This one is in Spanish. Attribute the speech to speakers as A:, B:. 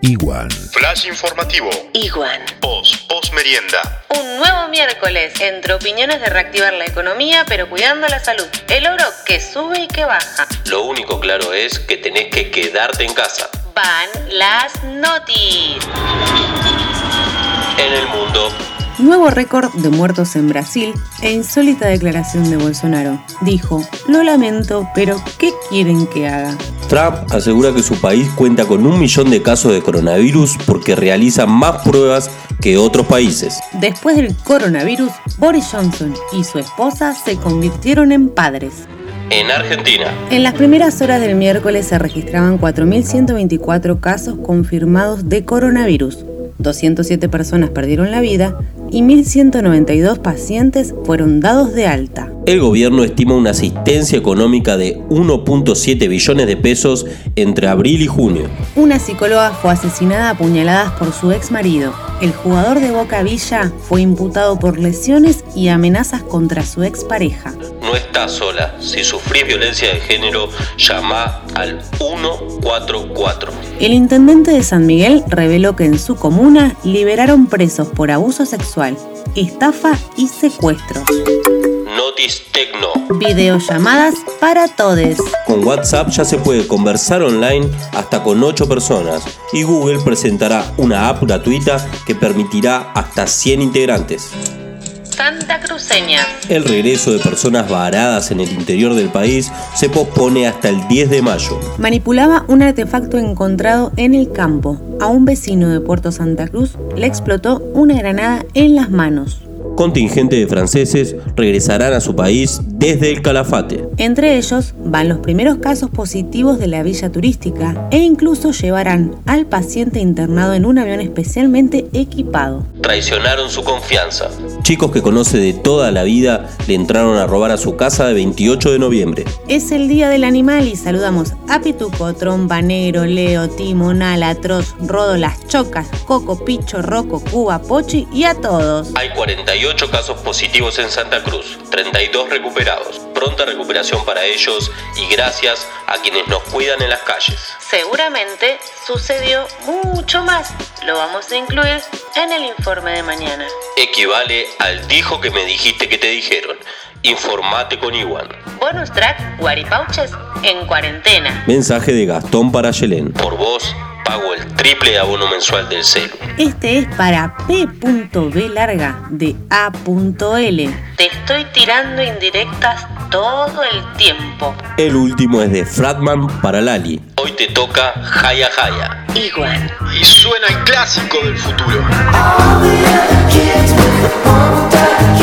A: Iguan.
B: Flash informativo.
C: Iguan.
B: Post, post merienda.
C: Un nuevo miércoles entre opiniones de reactivar la economía pero cuidando la salud. El oro que sube y que baja.
D: Lo único claro es que tenés que quedarte en casa.
C: Van las notis.
D: En el mundo.
E: Nuevo récord de muertos en Brasil e insólita declaración de Bolsonaro. Dijo, lo lamento, pero ¿qué quieren que haga?
F: Trump asegura que su país cuenta con un millón de casos de coronavirus porque realiza más pruebas que otros países.
E: Después del coronavirus, Boris Johnson y su esposa se convirtieron en padres.
D: En Argentina.
E: En las primeras horas del miércoles se registraban 4.124 casos confirmados de coronavirus. 207 personas perdieron la vida y 1.192 pacientes fueron dados de alta.
F: El gobierno estima una asistencia económica de 1.7 billones de pesos entre abril y junio.
E: Una psicóloga fue asesinada a puñaladas por su ex marido. El jugador de Boca Villa fue imputado por lesiones y amenazas contra su expareja.
D: No estás sola. Si sufrís violencia de género, llama al 144.
E: El intendente de San Miguel reveló que en su comuna liberaron presos por abuso sexual, estafa y secuestro.
D: Notis Tecno.
E: Videollamadas para todes.
F: Con WhatsApp ya se puede conversar online hasta con 8 personas y Google presentará una app gratuita que permitirá hasta 100 integrantes.
C: Santa Cruceña.
F: El regreso de personas varadas en el interior del país se pospone hasta el 10 de mayo.
E: Manipulaba un artefacto encontrado en el campo. A un vecino de Puerto Santa Cruz le explotó una granada en las manos.
F: Contingente de franceses regresarán a su país desde el Calafate.
E: Entre ellos van los primeros casos positivos de la villa turística e incluso llevarán al paciente internado en un avión especialmente equipado.
D: Traicionaron su confianza.
F: Chicos que conoce de toda la vida le entraron a robar a su casa de 28 de noviembre.
E: Es el Día del Animal y saludamos a Pituco, Tromba Negro, Leo, Timo, Nala, Troz, Rodo, Las Chocas, Coco, Picho, Roco, Cuba, Pochi y a todos.
D: Hay 48 casos positivos en Santa Cruz, 32 recuperados. Pronta recuperación para ellos y gracias a quienes nos cuidan en las calles.
C: Seguramente sucedió mucho más. Lo vamos a incluir en el informe de mañana.
D: Equivale al dijo que me dijiste que te dijeron. Informate con Iwan.
C: Bonus track Guaripauches en cuarentena.
F: Mensaje de Gastón para Yelén.
D: Por vos pago el triple de abono mensual del celu.
E: Este es para P.B larga de A.L.
C: Te estoy tirando indirectas todo el tiempo.
F: El último es de Fratman para Lali.
D: Hoy te toca Jaya Jaya.
C: Igual.
B: Y suena el clásico del futuro.
G: All the other kids with the